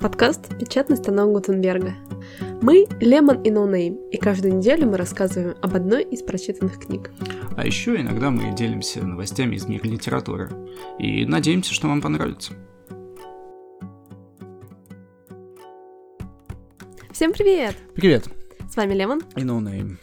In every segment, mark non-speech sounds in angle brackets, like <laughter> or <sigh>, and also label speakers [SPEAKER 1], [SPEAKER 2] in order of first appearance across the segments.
[SPEAKER 1] Подкаст «Печатный станок Гутенберга». Мы — Лемон и Ноунейм, и каждую неделю мы рассказываем об одной из прочитанных книг.
[SPEAKER 2] А еще иногда мы делимся новостями из мира литературы. И надеемся, что вам понравится.
[SPEAKER 1] Всем привет!
[SPEAKER 2] Привет,
[SPEAKER 1] С вами Лемон.
[SPEAKER 2] и ноунейм.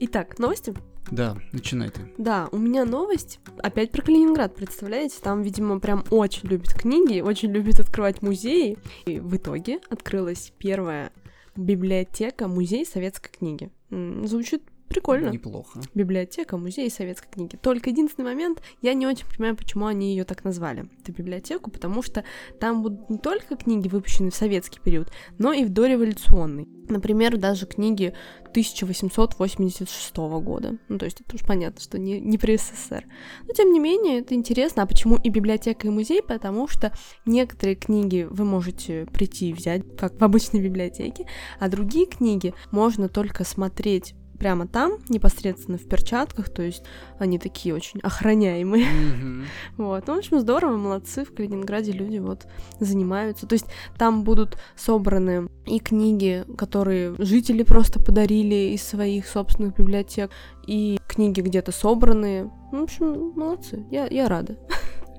[SPEAKER 1] Итак, новости?
[SPEAKER 2] Да, начинай ты.
[SPEAKER 1] Да, у меня новость опять про Калининград, представляете? Там, видимо, прям очень любят книги, очень любят открывать музеи. И в итоге открылась первая библиотека, музей советской книги. М, Звучит прикольно.
[SPEAKER 2] Неплохо.
[SPEAKER 1] библиотека, музей советской книги. Только единственный момент, я не очень понимаю, почему они ее так назвали, эту библиотеку, потому что там будут не только книги, выпущенные в советский период, но и в дореволюционный. Например, даже книги 1886 года. Ну, то есть это уж понятно, что не, не при СССР. Но, тем не менее, это интересно. А почему и библиотека, и музей? Потому что некоторые книги вы можете прийти и взять, как в обычной библиотеке, а другие книги можно только смотреть прямо там, непосредственно в перчатках, то есть они такие очень охраняемые. <laughs>
[SPEAKER 2] Мгм.
[SPEAKER 1] Вот. Ну, в общем, здорово, молодцы, в Калининграде люди вот занимаются. То есть там будут собраны и книги, которые жители просто подарили из своих собственных библиотек, и книги где-то собранные. Ну, в общем, молодцы, я, я рада.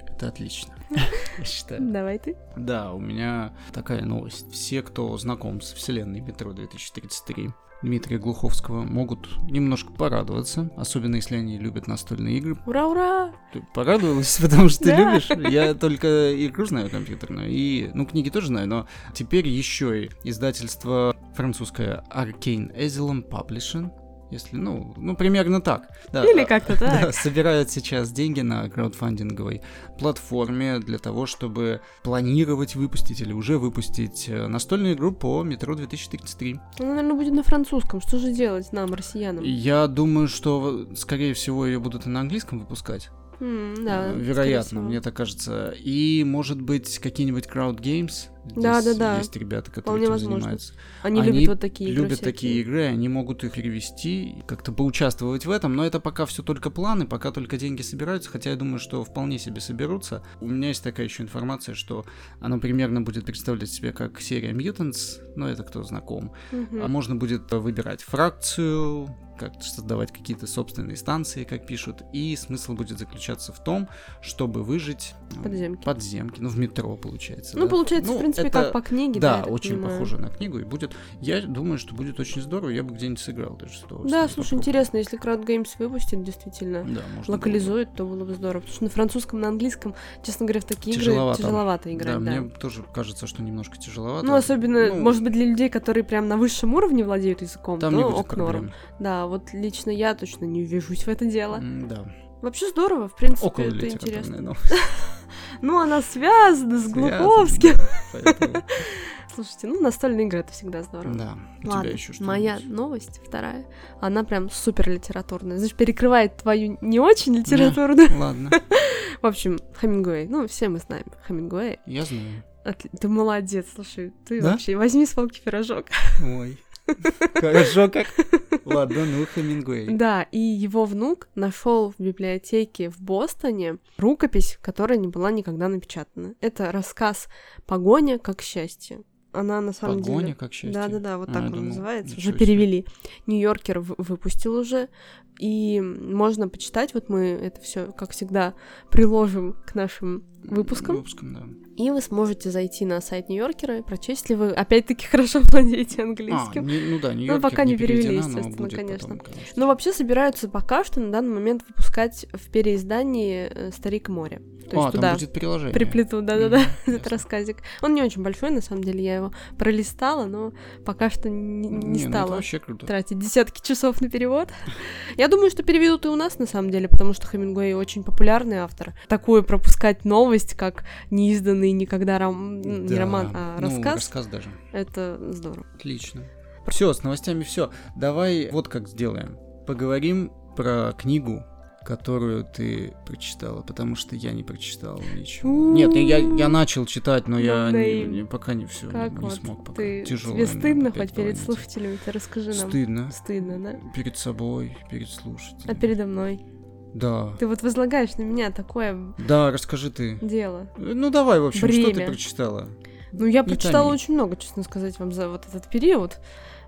[SPEAKER 2] Это отлично. Я считаю.
[SPEAKER 1] Давай ты.
[SPEAKER 2] Да, у меня такая новость. Все, кто знаком с вселенной Метро 2033 Дмитрия Глуховского, могут немножко порадоваться, особенно если они любят настольные игры.
[SPEAKER 1] Ура-ура!
[SPEAKER 2] Ты порадовалась, <laughs> потому что ты
[SPEAKER 1] Да.
[SPEAKER 2] любишь? Я только игру знаю компьютерную, и, ну, книги тоже знаю, но теперь еще и издательство французское Arcane Asylum Publishing, если, ну, ну, примерно так. Да,
[SPEAKER 1] Или как-то <laughs>
[SPEAKER 2] да,
[SPEAKER 1] так.
[SPEAKER 2] собирает сейчас деньги на краудфандинговой платформе для того, чтобы планировать выпустить или уже выпустить э, настольную игру по метро 2033.
[SPEAKER 1] Она, Ну, наверное, будет на французском. Что же делать нам, россиянам?
[SPEAKER 2] Я думаю, что, скорее всего, ее будут и на английском выпускать.
[SPEAKER 1] М, да,
[SPEAKER 2] Э,
[SPEAKER 1] скорее
[SPEAKER 2] Вероятно,
[SPEAKER 1] всего.
[SPEAKER 2] мне так кажется. И, может быть, какие-нибудь крауд геймс.
[SPEAKER 1] Да-да-да.
[SPEAKER 2] Есть ребята, которые
[SPEAKER 1] Вполне
[SPEAKER 2] этим
[SPEAKER 1] возможно.
[SPEAKER 2] занимаются.
[SPEAKER 1] Они,
[SPEAKER 2] они
[SPEAKER 1] любят вот такие игры.
[SPEAKER 2] Любят
[SPEAKER 1] всякие.
[SPEAKER 2] такие игры, они могут их перевести, как-то поучаствовать в этом. Но это пока все только планы, пока только деньги собираются. Хотя я думаю, что вполне себе соберутся. У меня есть такая еще информация, что она примерно будет представлять себя как серия Mutants. Но это кто знаком.
[SPEAKER 1] Мгм.
[SPEAKER 2] А можно будет э, выбирать фракцию, как создавать какие-то собственные станции, как пишут. И смысл будет заключаться в том, чтобы выжить ну,
[SPEAKER 1] Подземки.
[SPEAKER 2] подземки, ну в метро получается.
[SPEAKER 1] Ну,
[SPEAKER 2] да.
[SPEAKER 1] получается, в принципе,
[SPEAKER 2] это-
[SPEAKER 1] как по книге.
[SPEAKER 2] Да,
[SPEAKER 1] я так
[SPEAKER 2] очень
[SPEAKER 1] понимаю.
[SPEAKER 2] похоже на книгу и будет. Я думаю, что будет очень здорово. Я бы где-нибудь сыграл даже с удовольствием.
[SPEAKER 1] Да, слушай,
[SPEAKER 2] Попробую.
[SPEAKER 1] интересно, если Crowd Games выпустит, действительно,
[SPEAKER 2] Да, можно было бы.
[SPEAKER 1] локализует, то было бы здорово. Потому что на французском, на английском, честно говоря, в такие
[SPEAKER 2] Тяжеловато.
[SPEAKER 1] игры тяжеловато
[SPEAKER 2] Да,
[SPEAKER 1] играть, да.
[SPEAKER 2] мне тоже кажется, что немножко тяжеловато.
[SPEAKER 1] Ну, особенно,
[SPEAKER 2] Ну,
[SPEAKER 1] может ну, быть, для людей, которые прям на высшем уровне владеют языком,
[SPEAKER 2] там
[SPEAKER 1] то
[SPEAKER 2] не будет
[SPEAKER 1] ок, норм.
[SPEAKER 2] проблем.
[SPEAKER 1] Да, вот лично я точно не ввяжусь в это дело.
[SPEAKER 2] М, Да.
[SPEAKER 1] Вообще здорово, в принципе,
[SPEAKER 2] Около
[SPEAKER 1] это интересно.
[SPEAKER 2] литературной
[SPEAKER 1] Ну, она связана с Глуховским.
[SPEAKER 2] Глуховским.
[SPEAKER 1] <laughs> Слушайте, ну, настольные игры это всегда здорово.
[SPEAKER 2] Да. У
[SPEAKER 1] Ладно,
[SPEAKER 2] тебя еще что
[SPEAKER 1] моя новость вторая, она прям супер литературная, значит, перекрывает твою не очень литературную.
[SPEAKER 2] Ладно,
[SPEAKER 1] В общем, Хамингуэй, ну, все мы знаем Хамингуэй.
[SPEAKER 2] я знаю.
[SPEAKER 1] Ты молодец, слушай, ты
[SPEAKER 2] Да?
[SPEAKER 1] вообще возьми с полки пирожок.
[SPEAKER 2] Ой. Хорошо как. Ладно, ну Хемингуэй.
[SPEAKER 1] Да, и его внук нашел в библиотеке в Бостоне рукопись, которая не была никогда напечатана. Это рассказ «Погоня как счастье». Она на самом деле...
[SPEAKER 2] Погоня, как счастье.
[SPEAKER 1] Да-да-да, вот
[SPEAKER 2] А,
[SPEAKER 1] так
[SPEAKER 2] я
[SPEAKER 1] он
[SPEAKER 2] думал,
[SPEAKER 1] называется.
[SPEAKER 2] ничего
[SPEAKER 1] Уже
[SPEAKER 2] себе.
[SPEAKER 1] перевели. Нью-Йоркер в- выпустил уже. И можно почитать. Вот мы это все, как всегда, приложим к нашим выпускам.
[SPEAKER 2] Выпуском, да.
[SPEAKER 1] И вы сможете зайти на сайт Нью-Йоркера и прочесть, если вы опять-таки <laughs> хорошо владеете
[SPEAKER 2] А, ну
[SPEAKER 1] английским.
[SPEAKER 2] не- ну да,
[SPEAKER 1] Ну,
[SPEAKER 2] Нью-Йоркер
[SPEAKER 1] пока не перевели,
[SPEAKER 2] переведена, но
[SPEAKER 1] естественно,
[SPEAKER 2] будет
[SPEAKER 1] конечно.
[SPEAKER 2] потом, конечно.
[SPEAKER 1] Но вообще собираются пока что на данный момент выпускать в переиздании э, «Старик и море». То есть
[SPEAKER 2] а,
[SPEAKER 1] туда
[SPEAKER 2] там будет приложение.
[SPEAKER 1] приплету, да-да-да,
[SPEAKER 2] Мгм,
[SPEAKER 1] <laughs> этот
[SPEAKER 2] ясно.
[SPEAKER 1] рассказик. Он не очень большой, на самом деле, я его пролистала, но пока что не, не
[SPEAKER 2] ну это
[SPEAKER 1] стала
[SPEAKER 2] вообще круто.
[SPEAKER 1] тратить десятки часов на перевод. <laughs> Я думаю, что переведут и у нас, на самом деле, потому что Хемингуэй очень популярный автор. Такую пропускать новость, как неизданный никогда ром... м, не
[SPEAKER 2] Да,
[SPEAKER 1] роман, а
[SPEAKER 2] ну,
[SPEAKER 1] рассказ,
[SPEAKER 2] рассказ даже.
[SPEAKER 1] это здорово.
[SPEAKER 2] Отлично. Все, с новостями все. Давай вот как сделаем. Поговорим про книгу, которую ты прочитала, потому что я не прочитал ничего. Нет, я, я начал читать, но я не- не- пока не все
[SPEAKER 1] Ну, Как
[SPEAKER 2] не
[SPEAKER 1] вот
[SPEAKER 2] смог. Пока.
[SPEAKER 1] Ты...
[SPEAKER 2] Тяжело.
[SPEAKER 1] Тебе
[SPEAKER 2] мне
[SPEAKER 1] стыдно
[SPEAKER 2] опять
[SPEAKER 1] хоть перед
[SPEAKER 2] было найти.
[SPEAKER 1] слушателями? Ты расскажи нам.
[SPEAKER 2] Стыдно.
[SPEAKER 1] Стыдно, да?
[SPEAKER 2] Перед собой, перед слушателем.
[SPEAKER 1] А передо мной.
[SPEAKER 2] Да.
[SPEAKER 1] Ты вот возлагаешь на меня такое
[SPEAKER 2] Да, расскажи ты.
[SPEAKER 1] дело.
[SPEAKER 2] Ну давай, в общем, что ты
[SPEAKER 1] Бремя.
[SPEAKER 2] прочитала?
[SPEAKER 1] Ну, я
[SPEAKER 2] Не
[SPEAKER 1] прочитала
[SPEAKER 2] томи.
[SPEAKER 1] очень много, честно сказать, вам за вот этот период.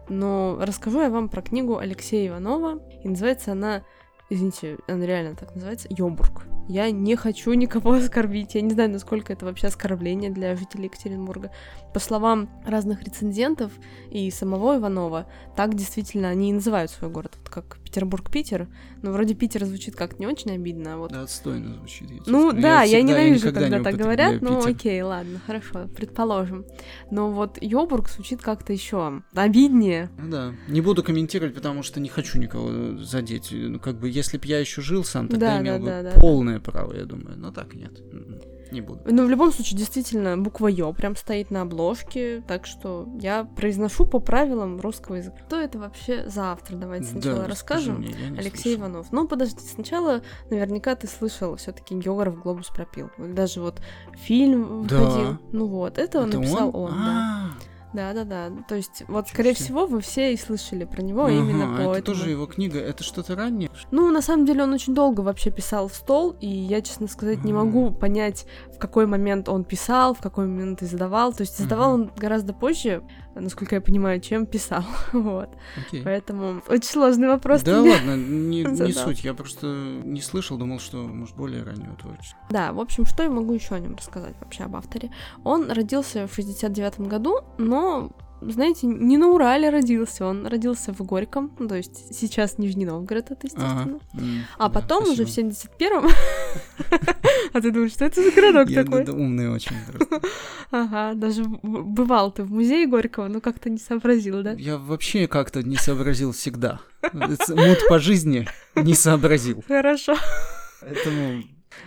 [SPEAKER 1] Но расскажу я вам про книгу Алексея Иванова. И называется она... Извините, она реально так называется. Йобург. Я не хочу никого <laughs> оскорбить. Я не знаю, насколько это вообще оскорбление для жителей Екатеринбурга. По словам разных рецензентов и самого Иванова, так действительно они и называют свой город. Вот как Петербург-Питер. Но вроде Питер звучит как не очень обидно, а вот
[SPEAKER 2] Да, отстойно звучит. я тебе
[SPEAKER 1] ну
[SPEAKER 2] скажу.
[SPEAKER 1] да, я,
[SPEAKER 2] всегда-
[SPEAKER 1] ненавижу,
[SPEAKER 2] никогда не
[SPEAKER 1] когда так
[SPEAKER 2] употребляю
[SPEAKER 1] говорят, ну
[SPEAKER 2] Питер.
[SPEAKER 1] окей, ладно, хорошо, предположим. Но вот Йобург звучит как-то еще обиднее.
[SPEAKER 2] Ну да. Не буду комментировать, потому что не хочу никого задеть. Ну, как бы, если бы я еще жил сам, тогда
[SPEAKER 1] Да,
[SPEAKER 2] имел
[SPEAKER 1] да,
[SPEAKER 2] бы
[SPEAKER 1] да, да, да.
[SPEAKER 2] полное право, я думаю. Но так нет. М, Не буду.
[SPEAKER 1] Но Ну, в любом случае, действительно, буква Ё прям стоит на обложке, так что я произношу по правилам русского языка. Что это вообще за автор? Давайте сначала
[SPEAKER 2] Да, расскажи
[SPEAKER 1] расскажем.
[SPEAKER 2] мне, я не
[SPEAKER 1] Алексей
[SPEAKER 2] слышал.
[SPEAKER 1] Иванов. Ну, подожди, сначала наверняка ты слышал, все-таки географ Глобус пропил. Даже вот фильм
[SPEAKER 2] Да.
[SPEAKER 1] выходил. Ну вот, это,
[SPEAKER 2] Это
[SPEAKER 1] написал он, да.
[SPEAKER 2] А,
[SPEAKER 1] Да, да, да. То есть, вот,
[SPEAKER 2] Чё
[SPEAKER 1] скорее
[SPEAKER 2] себе.
[SPEAKER 1] всего, вы все и слышали про него
[SPEAKER 2] ага,
[SPEAKER 1] именно по
[SPEAKER 2] а это
[SPEAKER 1] этому.
[SPEAKER 2] тоже его книга. Это что-то раннее?
[SPEAKER 1] Ну, на самом деле, он очень долго вообще писал в стол, и я, честно сказать, не
[SPEAKER 2] Мгм.
[SPEAKER 1] могу понять, в какой момент он писал, в какой момент издавал. То есть, издавал
[SPEAKER 2] Мгм.
[SPEAKER 1] он гораздо позже, насколько я понимаю, чем писал. <laughs> Вот.
[SPEAKER 2] Окей.
[SPEAKER 1] Поэтому очень сложный вопрос.
[SPEAKER 2] да
[SPEAKER 1] тебе. <laughs>
[SPEAKER 2] ладно, не, не
[SPEAKER 1] задал.
[SPEAKER 2] суть. Я просто не слышал, думал, что, может, более раннего творчества.
[SPEAKER 1] Да, в общем, что я могу еще о нем рассказать вообще об авторе? Он родился в 69 году, но, знаете, не на Урале родился. Он родился в Горьком, ну, то есть сейчас Нижний Новгород, это естественно. А потом уже в 71-м... <laughs> А ты думаешь, что это за городок такой?
[SPEAKER 2] умный очень. просто.
[SPEAKER 1] Ага, даже в- в- бывал ты в музее Горького, но как-то не сообразил, да?
[SPEAKER 2] Я вообще как-то не сообразил всегда. Это Мут по жизни не сообразил.
[SPEAKER 1] Хорошо.
[SPEAKER 2] Поэтому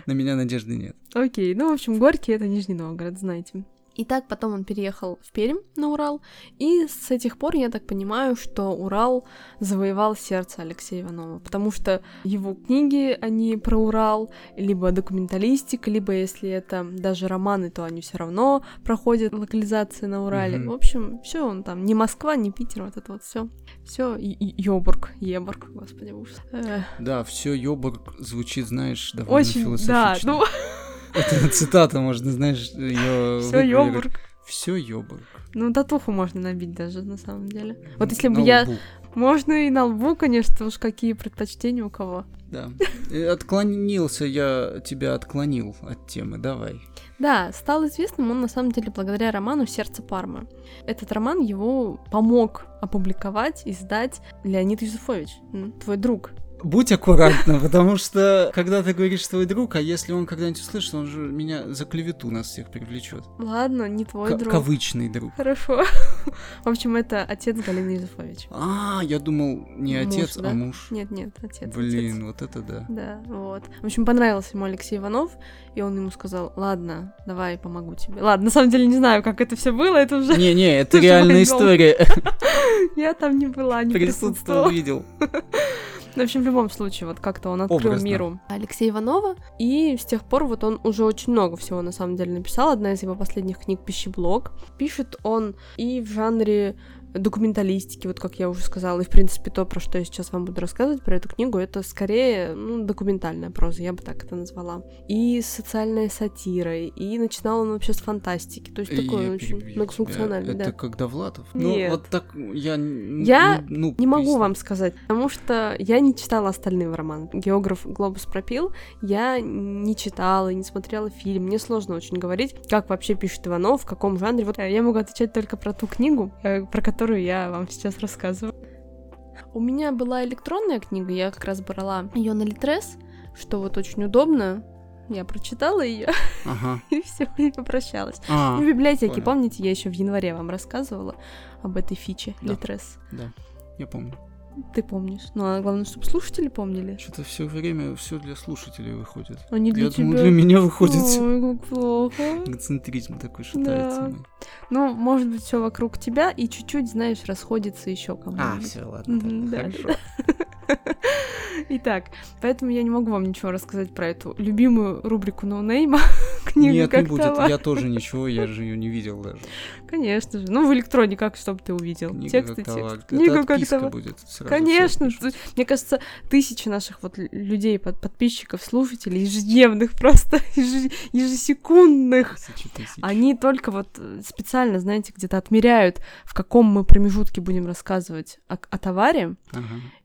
[SPEAKER 2] на меня надежды нет.
[SPEAKER 1] Окей, ну, в общем, Горький — это Нижний Новгород, знаете. И так потом он переехал в Пермь на Урал, и с этих пор я так понимаю, что Урал завоевал сердце Алексея Иванова, потому что его книги, они про Урал, либо документалистика, либо если это даже романы, то они все равно проходят локализации на Урале.
[SPEAKER 2] Мгм.
[SPEAKER 1] В общем, все он там, не Москва, не Питер, вот это вот все. Все Йобург, Ебург, господи, ужас. Э,
[SPEAKER 2] Да, все Йобург звучит, знаешь, довольно
[SPEAKER 1] Очень, да,
[SPEAKER 2] философично.
[SPEAKER 1] ну, <laughs>
[SPEAKER 2] Это цитата, можно, знаешь, ее.
[SPEAKER 1] все Йобург.
[SPEAKER 2] Все Йобург.
[SPEAKER 1] Ну, татуху можно набить даже, на самом деле. Вот
[SPEAKER 2] М,
[SPEAKER 1] если бы
[SPEAKER 2] на
[SPEAKER 1] я...
[SPEAKER 2] лбу.
[SPEAKER 1] Можно и на лбу, конечно, уж какие предпочтения у кого.
[SPEAKER 2] Да. Э, Отклонился я, тебя отклонил от темы, давай.
[SPEAKER 1] Да, стал известным он, на самом деле, благодаря роману «Сердце Пармы». Этот роман его помог опубликовать, издать Леонид Юзефович, м, твой друг.
[SPEAKER 2] Будь аккуратна, потому что, когда ты говоришь твой друг, а если он когда-нибудь услышит, он же меня за клевету нас всех привлечет.
[SPEAKER 1] Ладно, не твой друг.
[SPEAKER 2] Кавычный друг.
[SPEAKER 1] Хорошо. <laughs> В общем, это отец Галины Юзефович.
[SPEAKER 2] А, я думал, не
[SPEAKER 1] Муж,
[SPEAKER 2] отец,
[SPEAKER 1] да?
[SPEAKER 2] а муж.
[SPEAKER 1] Нет-нет, отец. отец.
[SPEAKER 2] Блин, вот это да.
[SPEAKER 1] Да, вот. В общем, понравился ему Алексей Иванов, и он ему сказал, ладно, давай помогу тебе. Ладно, на самом деле не знаю, как это все было, это уже <laughs>
[SPEAKER 2] Не-не, это
[SPEAKER 1] Ты же
[SPEAKER 2] реальная
[SPEAKER 1] выиграл.
[SPEAKER 2] история.
[SPEAKER 1] я там не была,
[SPEAKER 2] <laughs>
[SPEAKER 1] не присутствовала.
[SPEAKER 2] Присутствовал, видел.
[SPEAKER 1] Ну, В общем, в любом случае, вот как-то он открыл
[SPEAKER 2] Образно.
[SPEAKER 1] миру Алексея Иванова, и с тех пор вот он уже очень много всего на самом деле написал. Одна из его последних книг «Пищеблок». Пишет он и в жанре документалистики, вот как я уже сказала, и в принципе то, про что я сейчас вам буду рассказывать про эту книгу, это скорее ну, документальная проза, я бы так это назвала. И социальная сатира, и начинал он вообще с фантастики, то есть
[SPEAKER 2] Э,
[SPEAKER 1] такой
[SPEAKER 2] я
[SPEAKER 1] он очень
[SPEAKER 2] перебью тебя.
[SPEAKER 1] многофункциональный, да.
[SPEAKER 2] Это как Довлатов? Ну,
[SPEAKER 1] Нет.
[SPEAKER 2] вот так я... н-
[SPEAKER 1] Я
[SPEAKER 2] ну,
[SPEAKER 1] Не могу
[SPEAKER 2] поясню.
[SPEAKER 1] вам сказать, потому что я не читала остальные романы. Географ Глобус пропил. Я не читала, и не смотрела фильм. Мне сложно очень говорить, как вообще пишет Иванов, в каком жанре. Вот э, я могу отвечать только про ту книгу, э, про которую я вам сейчас рассказываю. У меня была электронная книга, я как раз брала ее на Литрес, что вот очень удобно. Я прочитала ее
[SPEAKER 2] Ага.
[SPEAKER 1] <laughs> и все, и попрощалась.
[SPEAKER 2] А,
[SPEAKER 1] <laughs> В библиотеке,
[SPEAKER 2] понял.
[SPEAKER 1] помните, я еще в январе вам рассказывала об этой фиче
[SPEAKER 2] Да.
[SPEAKER 1] Литрес.
[SPEAKER 2] я помню.
[SPEAKER 1] Ты помнишь. Ну, а главное, чтобы слушатели помнили.
[SPEAKER 2] Что-то все время все для слушателей выходит.
[SPEAKER 1] А не для
[SPEAKER 2] я
[SPEAKER 1] тебя.
[SPEAKER 2] думал, для меня выходит всё.
[SPEAKER 1] Ой, как плохо.
[SPEAKER 2] Эгоцентризм такой шатается. мой.
[SPEAKER 1] Ну, может быть, все вокруг тебя, и чуть-чуть, знаешь, расходится еще кому-нибудь.
[SPEAKER 2] А, все, ладно.
[SPEAKER 1] Мгм, да,
[SPEAKER 2] тогда
[SPEAKER 1] да, <laughs> да. Итак, поэтому я не могу вам ничего рассказать про эту любимую рубрику ноунейма, <laughs> книгу
[SPEAKER 2] Нет,
[SPEAKER 1] как
[SPEAKER 2] не будет.
[SPEAKER 1] товар.
[SPEAKER 2] Я тоже ничего, я же ее
[SPEAKER 1] <laughs>
[SPEAKER 2] не видел даже.
[SPEAKER 1] Конечно же. Ну, в электроне как, чтобы ты увидел?
[SPEAKER 2] Книга
[SPEAKER 1] текст
[SPEAKER 2] как
[SPEAKER 1] и текст.
[SPEAKER 2] товар.
[SPEAKER 1] Книга
[SPEAKER 2] Это
[SPEAKER 1] как
[SPEAKER 2] отписка
[SPEAKER 1] товар.
[SPEAKER 2] будет. сразу
[SPEAKER 1] Конечно.
[SPEAKER 2] всё пишут.
[SPEAKER 1] тут, Мне кажется, тысячи наших вот лю- людей, под- подписчиков, слушателей, ежедневных просто, <laughs> еже- ежесекундных,
[SPEAKER 2] Тысячи, тысячи.
[SPEAKER 1] Они только вот э, специально, знаете, где-то отмеряют, в каком мы промежутке будем рассказывать о, о товаре,
[SPEAKER 2] Ага.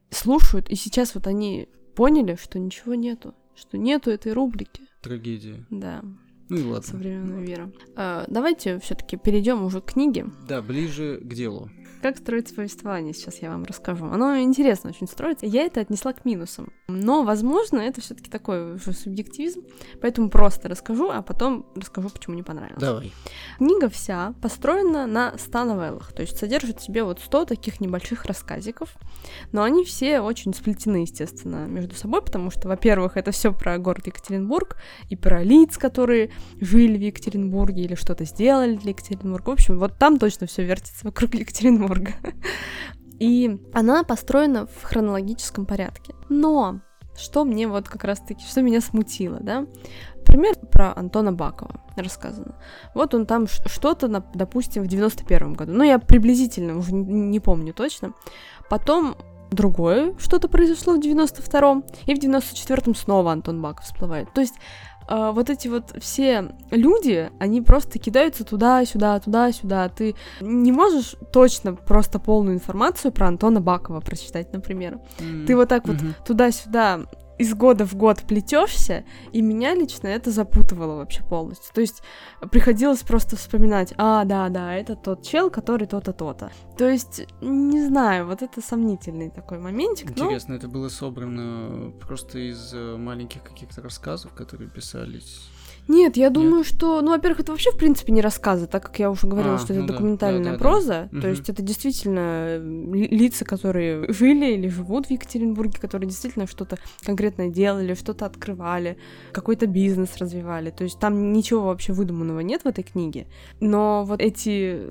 [SPEAKER 1] слушают, и сейчас вот они поняли, что ничего нету, что нету этой рубрики,
[SPEAKER 2] Трагедия.
[SPEAKER 1] да,
[SPEAKER 2] Ну и ладно.
[SPEAKER 1] современного мира. А, давайте все-таки перейдем уже к книге.
[SPEAKER 2] Да, ближе к делу.
[SPEAKER 1] Как строится повествование, сейчас я вам расскажу. Оно интересно очень строится. Я это отнесла к минусам. Но, возможно, это все-таки такой уже субъективизм. Поэтому просто расскажу, а потом расскажу, почему не понравилось.
[SPEAKER 2] Давай.
[SPEAKER 1] Книга вся построена на 100 новеллах, то есть содержит в себе вот 100 таких небольших рассказиков, но они все очень сплетены, естественно, между собой, потому что, во-первых, это все про город Екатеринбург и про лиц, которые жили в Екатеринбурге или что-то сделали для Екатеринбурга. В общем, вот там точно все вертится вокруг <laughs> Екатеринбурга. И она построена в хронологическом порядке. Но что мне вот как раз-таки, что меня смутило, да? Пример про Антона Бакова рассказано. Вот он там ш- что-то, нап- допустим, в 91 году. Ну, я приблизительно уже н- не помню точно. Потом другое что-то произошло в 92-м, и в 94-м снова Антон Баков всплывает. То есть э, вот эти вот все люди, они просто кидаются туда-сюда, туда-сюда. Ты не можешь точно просто полную информацию про Антона Бакова прочитать, например. Ты вот так вот
[SPEAKER 2] Мгм.
[SPEAKER 1] туда-сюда из года в год плетешься, и меня лично это запутывало вообще полностью. То есть приходилось просто вспоминать, а, да, да, это тот чел, который то-то, то-то. То есть, не знаю, вот это сомнительный такой моментик, но
[SPEAKER 2] Интересно, это было собрано просто из э, маленьких каких-то рассказов, которые писались.
[SPEAKER 1] Нет, я думаю, что, ну, во-первых, это вообще в принципе не рассказы, так как я уже говорила,
[SPEAKER 2] А,
[SPEAKER 1] что это
[SPEAKER 2] ну да,
[SPEAKER 1] документальная
[SPEAKER 2] да-да-да.
[SPEAKER 1] проза. То
[SPEAKER 2] Мгм.
[SPEAKER 1] есть это действительно э, ли- лица, которые жили или живут в Екатеринбурге, которые действительно что-то конкретное делали, что-то открывали, какой-то бизнес развивали. То есть там ничего вообще выдуманного нет в этой книге. Но вот эти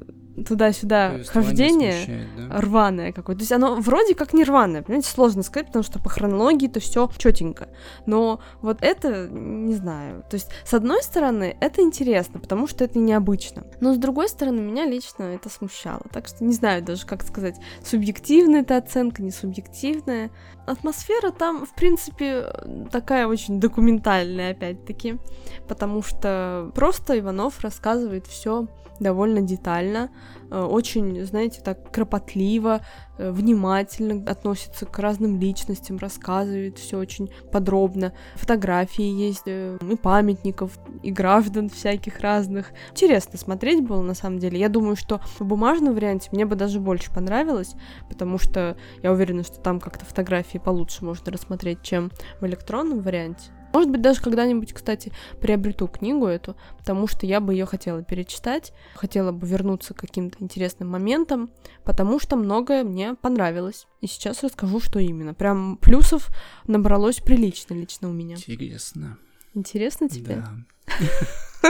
[SPEAKER 1] туда-сюда
[SPEAKER 2] Повествование
[SPEAKER 1] хождения
[SPEAKER 2] смущает, да?
[SPEAKER 1] рваное какое-то. То есть оно вроде как не рваное, понимаете, сложно сказать, потому что по хронологии это все четенько. Но вот это, не знаю. То есть, с одной стороны, это интересно, потому что это необычно. Но с другой стороны, меня лично это смущало. Так что не знаю даже, как сказать, субъективная эта оценка, не субъективная. Атмосфера там, в принципе, такая очень документальная, опять-таки. Потому что просто Иванов рассказывает все довольно детально, э, очень, знаете, так кропотливо, э, внимательно относится к разным личностям, рассказывает все очень подробно. Фотографии есть э, и памятников, и граждан всяких разных. Интересно смотреть было, на самом деле. Я думаю, что в бумажном варианте мне бы даже больше понравилось, потому что я уверена, что там как-то фотографии получше можно рассмотреть, чем в электронном варианте. Может быть, даже когда-нибудь, кстати, приобрету книгу эту, потому что я бы ее хотела перечитать, хотела бы вернуться к каким-то интересным моментам, потому что многое мне понравилось. И сейчас расскажу, что именно. Прям плюсов набралось прилично лично у меня.
[SPEAKER 2] Интересно.
[SPEAKER 1] Интересно А тебе? <laughs>
[SPEAKER 2] Да.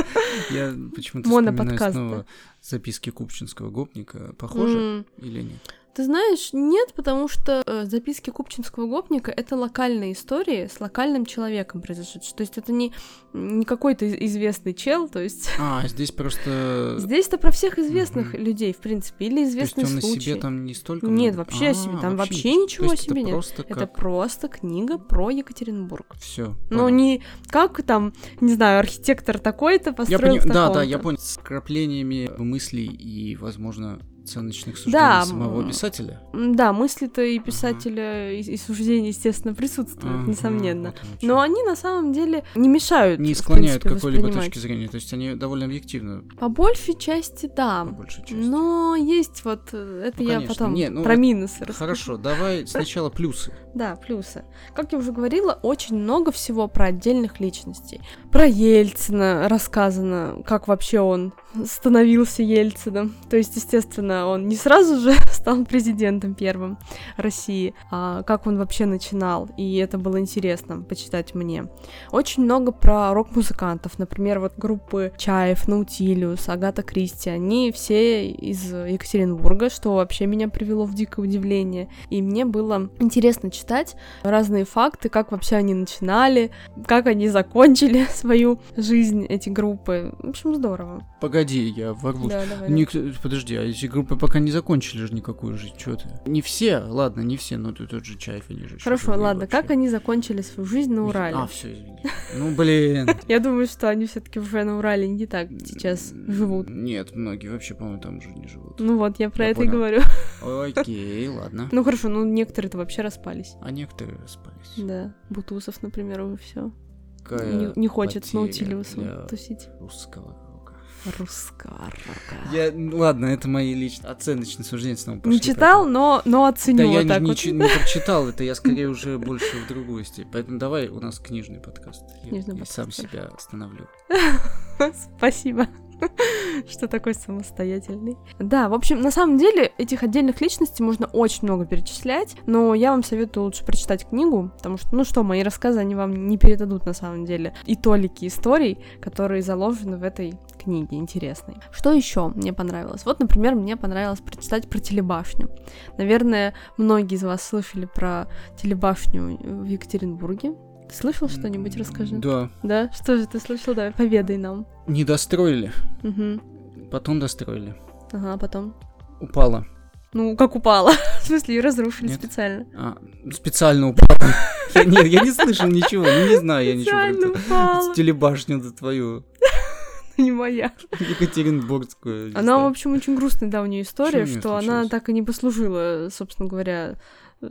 [SPEAKER 2] Я почему-то вспоминаю
[SPEAKER 1] Моноподкаст,
[SPEAKER 2] снова записки Купчинского гопника. Похоже
[SPEAKER 1] М,
[SPEAKER 2] или нет?
[SPEAKER 1] Ты знаешь, нет, потому что э, записки Купчинского гопника это локальные истории с локальным человеком произошедшие. То есть это не, не какой-то из- известный чел, то есть
[SPEAKER 2] А, здесь просто...
[SPEAKER 1] здесь-то про всех известных
[SPEAKER 2] Э, Мгм.
[SPEAKER 1] людей, в принципе, или
[SPEAKER 2] То есть
[SPEAKER 1] известные
[SPEAKER 2] он о
[SPEAKER 1] случаи.
[SPEAKER 2] себе там не столько...
[SPEAKER 1] Нет,
[SPEAKER 2] много-
[SPEAKER 1] вообще о себе,
[SPEAKER 2] А,
[SPEAKER 1] там вообще
[SPEAKER 2] не-
[SPEAKER 1] ничего
[SPEAKER 2] то есть
[SPEAKER 1] о себе
[SPEAKER 2] это
[SPEAKER 1] нет.
[SPEAKER 2] просто
[SPEAKER 1] Это
[SPEAKER 2] как...
[SPEAKER 1] просто книга про Екатеринбург.
[SPEAKER 2] Все.
[SPEAKER 1] Но ну, не как там, не знаю, архитектор такой-то
[SPEAKER 2] Я
[SPEAKER 1] построил
[SPEAKER 2] пони- Да, да,
[SPEAKER 1] такого-то.
[SPEAKER 2] я понял. С краплениями мыслей и, возможно, оценочных суждений
[SPEAKER 1] Да,
[SPEAKER 2] самого
[SPEAKER 1] м,
[SPEAKER 2] писателя.
[SPEAKER 1] М, Да, мысли-то и писателя, и, и суждения, естественно, присутствуют,
[SPEAKER 2] Ага,
[SPEAKER 1] несомненно.
[SPEAKER 2] вот оно чё.
[SPEAKER 1] Но они на самом деле не мешают.
[SPEAKER 2] не
[SPEAKER 1] в
[SPEAKER 2] склоняют к
[SPEAKER 1] принципе,
[SPEAKER 2] какой-либо
[SPEAKER 1] воспринимать.
[SPEAKER 2] точке зрения. То есть они довольно объективно,
[SPEAKER 1] По большей части, да.
[SPEAKER 2] по большей части.
[SPEAKER 1] Но есть вот, э, это
[SPEAKER 2] Ну,
[SPEAKER 1] я
[SPEAKER 2] конечно,
[SPEAKER 1] потом
[SPEAKER 2] не, ну
[SPEAKER 1] про
[SPEAKER 2] вот
[SPEAKER 1] минусы расскажу. <laughs>
[SPEAKER 2] Хорошо, давай сначала плюсы.
[SPEAKER 1] Да, плюсы. Как я уже говорила, очень много всего про отдельных личностей. Про Ельцина рассказано, как вообще он становился Ельцином. То есть, естественно, он не сразу же <laughs> стал президентом первым России, а как он вообще начинал, и это было интересно почитать мне. Очень много про рок-музыкантов, например, вот группы Чаев, Наутилиус, Агата Кристи, они все из Екатеринбурга, что вообще меня привело в дикое удивление, и мне было интересно читать разные факты, как вообще они начинали, как они закончили <laughs> свою жизнь, эти группы. В общем, здорово.
[SPEAKER 2] Погоди, я ворвусь.
[SPEAKER 1] Да, давай.
[SPEAKER 2] Ник- Подожди, а эти группы пока не закончили же никакую жизнь, чё ты? Не все, ладно, не все, но тут тот же Чайф, они же ещё
[SPEAKER 1] Хорошо,
[SPEAKER 2] живые
[SPEAKER 1] ладно,
[SPEAKER 2] вообще.
[SPEAKER 1] как они закончили свою жизнь на
[SPEAKER 2] Не-
[SPEAKER 1] Урале?
[SPEAKER 2] А, все, извини. Ну, блин.
[SPEAKER 1] Я думаю, что они все-таки уже на Урале не так <laughs> сейчас живут.
[SPEAKER 2] Нет, многие вообще, по-моему, там уже не живут.
[SPEAKER 1] Ну вот, я про
[SPEAKER 2] Я
[SPEAKER 1] это и
[SPEAKER 2] понял.
[SPEAKER 1] говорю. <laughs>
[SPEAKER 2] Окей, ладно.
[SPEAKER 1] Ну хорошо, ну некоторые-то вообще распались.
[SPEAKER 2] А некоторые распались.
[SPEAKER 1] Да. Бутусов, например, уже все.
[SPEAKER 2] Какая
[SPEAKER 1] Не, не хочет с
[SPEAKER 2] Э, потеря
[SPEAKER 1] Наутилиусом
[SPEAKER 2] для
[SPEAKER 1] тусить.
[SPEAKER 2] русского рока.
[SPEAKER 1] Русская рука.
[SPEAKER 2] Я, ну, ладно, это мои личные оценочные суждения снова пошли.
[SPEAKER 1] Не читал,
[SPEAKER 2] поэтому-
[SPEAKER 1] но, но
[SPEAKER 2] Да
[SPEAKER 1] оценил
[SPEAKER 2] я
[SPEAKER 1] вот
[SPEAKER 2] не,
[SPEAKER 1] так
[SPEAKER 2] не
[SPEAKER 1] вот.
[SPEAKER 2] чи- не прочитал, это я скорее уже больше в другую степь. Поэтому давай у нас книжный подкаст. Я,
[SPEAKER 1] Книжный
[SPEAKER 2] я
[SPEAKER 1] подкаст,
[SPEAKER 2] сам
[SPEAKER 1] хорошо.
[SPEAKER 2] себя остановлю.
[SPEAKER 1] Спасибо, <laughs> что такой самостоятельный. Да, в общем, на самом деле этих отдельных личностей можно очень много перечислять, но я вам советую лучше прочитать книгу, потому что, ну что, мои рассказы, они вам не передадут на самом деле и толики историй, которые заложены в этой книге интересной. Что еще мне понравилось? Вот, например, мне понравилось прочитать про телебашню. Наверное, многие из вас слышали про телебашню в Екатеринбурге. Ты слышал что-нибудь? Расскажи.
[SPEAKER 2] Да.
[SPEAKER 1] Да, что же ты слышал? Давай, поведай нам.
[SPEAKER 2] Не достроили,
[SPEAKER 1] Угу.
[SPEAKER 2] потом достроили.
[SPEAKER 1] Ага, а потом.
[SPEAKER 2] Упала.
[SPEAKER 1] Ну, как упала. <laughs> В смысле, ее разрушили
[SPEAKER 2] Нет.
[SPEAKER 1] специально.
[SPEAKER 2] А, специально упала. <laughs> Я- Нет, я не слышал ничего, ну не знаю я ничего. про
[SPEAKER 1] Специально
[SPEAKER 2] <laughs> это.
[SPEAKER 1] упала.
[SPEAKER 2] Телебашню-то твою,
[SPEAKER 1] Не моя.
[SPEAKER 2] <laughs> Екатеринбургскую. не
[SPEAKER 1] Она, в
[SPEAKER 2] знаю.
[SPEAKER 1] общем, очень грустная, да, у нее история,
[SPEAKER 2] Чё у неё
[SPEAKER 1] что она
[SPEAKER 2] случилось?
[SPEAKER 1] так и не послужила, собственно говоря,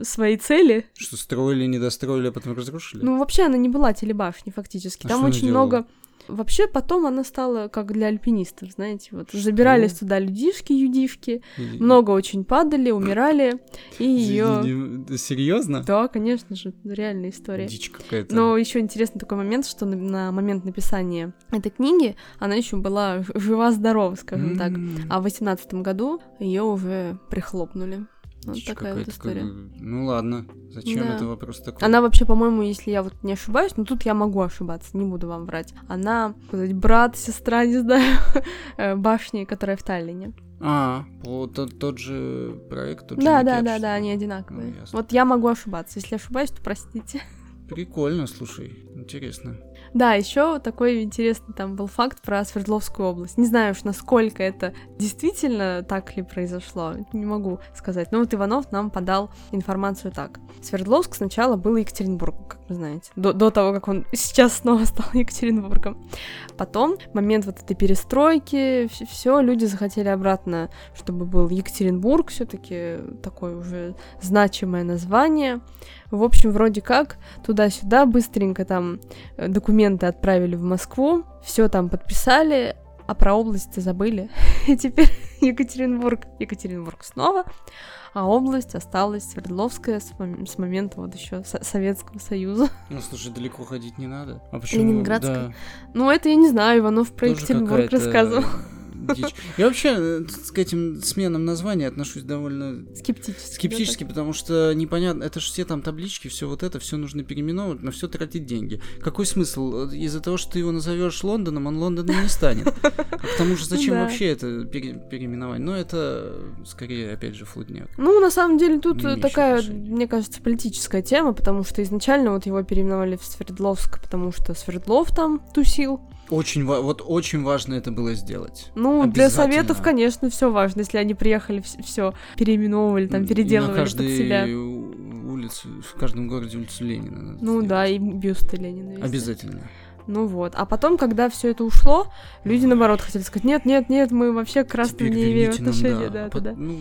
[SPEAKER 1] своей цели.
[SPEAKER 2] Что строили, не достроили, а потом разрушили?
[SPEAKER 1] Ну, вообще, она не была телебашней, фактически.
[SPEAKER 2] А
[SPEAKER 1] Там
[SPEAKER 2] что она
[SPEAKER 1] очень
[SPEAKER 2] делала?
[SPEAKER 1] много... Вообще, потом она стала как для альпинистов, знаете, вот забирались туда людишки, юдивки,
[SPEAKER 2] И-
[SPEAKER 1] много очень падали, умирали, и ее...
[SPEAKER 2] Серьезно?
[SPEAKER 1] Да, конечно же, реальная история.
[SPEAKER 2] Дичь какая-то.
[SPEAKER 1] Но еще интересный такой момент, что на, на момент написания этой книги она еще была ж- жива-здорова, скажем так.
[SPEAKER 2] М,
[SPEAKER 1] А в восемнадцатом году ее уже прихлопнули. Вот
[SPEAKER 2] дичь
[SPEAKER 1] такая вот
[SPEAKER 2] какая-то, как
[SPEAKER 1] история.
[SPEAKER 2] бы, Ну ладно, зачем
[SPEAKER 1] Да.
[SPEAKER 2] это вопрос такой?
[SPEAKER 1] Она вообще, по-моему, если я вот не ошибаюсь, но тут я могу ошибаться, не буду вам врать. Она, как сказать, брат, сестра, не знаю, <laughs> э, башни, которая в Таллине.
[SPEAKER 2] А, по- тот, тот же проект, тот же
[SPEAKER 1] Да, да,
[SPEAKER 2] макет,
[SPEAKER 1] да, да,
[SPEAKER 2] что ли?
[SPEAKER 1] они одинаковые.
[SPEAKER 2] Ну, ясно.
[SPEAKER 1] вот я могу ошибаться. Если ошибаюсь, то простите.
[SPEAKER 2] Прикольно, слушай, интересно.
[SPEAKER 1] Да, еще такой интересный там был факт про Свердловскую область. Не знаю уж, насколько это действительно так ли произошло, не могу сказать. Но вот Иванов нам подал информацию так. Свердловск сначала был Екатеринбургом, как вы знаете, до, до того, как он <laughs> сейчас снова стал Екатеринбургом. Потом, в момент вот этой перестройки, все, люди захотели обратно, чтобы был Екатеринбург, все-таки такое уже значимое название. В общем, вроде как, туда-сюда быстренько там э, документы отправили в Москву, все там подписали, а про область забыли. <laughs> И теперь Екатеринбург, Екатеринбург снова, а область осталась Свердловская с, мом- с момента вот еще Со- Советского Союза. <laughs>
[SPEAKER 2] Ну, слушай, далеко ходить не надо. А почему?
[SPEAKER 1] Ленинградская?
[SPEAKER 2] Да,
[SPEAKER 1] Ну, это я не знаю, Иванов про
[SPEAKER 2] тоже
[SPEAKER 1] Екатеринбург
[SPEAKER 2] какая-то
[SPEAKER 1] рассказывал. <laughs>
[SPEAKER 2] дичь. Я вообще э, к этим сменам названий отношусь довольно
[SPEAKER 1] Скептически.
[SPEAKER 2] Скептически, потому что непонятно, это же все там таблички, все вот это, все нужно переименовывать, на все тратить деньги. Какой смысл? Э, Из-за того, что ты его назовешь Лондоном, он Лондоном не станет. А к тому же,
[SPEAKER 1] <laughs>
[SPEAKER 2] зачем
[SPEAKER 1] Да.
[SPEAKER 2] вообще это пере- переименовать? Ну, это скорее, опять же, флудняк.
[SPEAKER 1] Ну, на самом деле, тут
[SPEAKER 2] Не
[SPEAKER 1] э,
[SPEAKER 2] имеющие
[SPEAKER 1] такая,
[SPEAKER 2] отношения.
[SPEAKER 1] мне кажется, политическая тема, потому что изначально вот его переименовали в Свердловск, потому что Свердлов там тусил.
[SPEAKER 2] Очень, ва- вот очень важно это было сделать.
[SPEAKER 1] Ну, для
[SPEAKER 2] Обязательно.
[SPEAKER 1] советов, конечно, все важно. Если они приехали, все переименовывали, там,
[SPEAKER 2] И
[SPEAKER 1] переделывали
[SPEAKER 2] на
[SPEAKER 1] под
[SPEAKER 2] каждой
[SPEAKER 1] себя.
[SPEAKER 2] у- улице, в каждом городе улицу Ленина надо
[SPEAKER 1] Ну
[SPEAKER 2] сделать.
[SPEAKER 1] да, и бюсты Ленина. везде.
[SPEAKER 2] Обязательно.
[SPEAKER 1] Ну вот. А потом, когда все это ушло, люди наоборот хотели сказать: нет, нет, нет, мы вообще к
[SPEAKER 2] Теперь
[SPEAKER 1] красному не имеем
[SPEAKER 2] верните нам,
[SPEAKER 1] отношения.
[SPEAKER 2] да.
[SPEAKER 1] Да,
[SPEAKER 2] Под-
[SPEAKER 1] да, да.
[SPEAKER 2] Ну,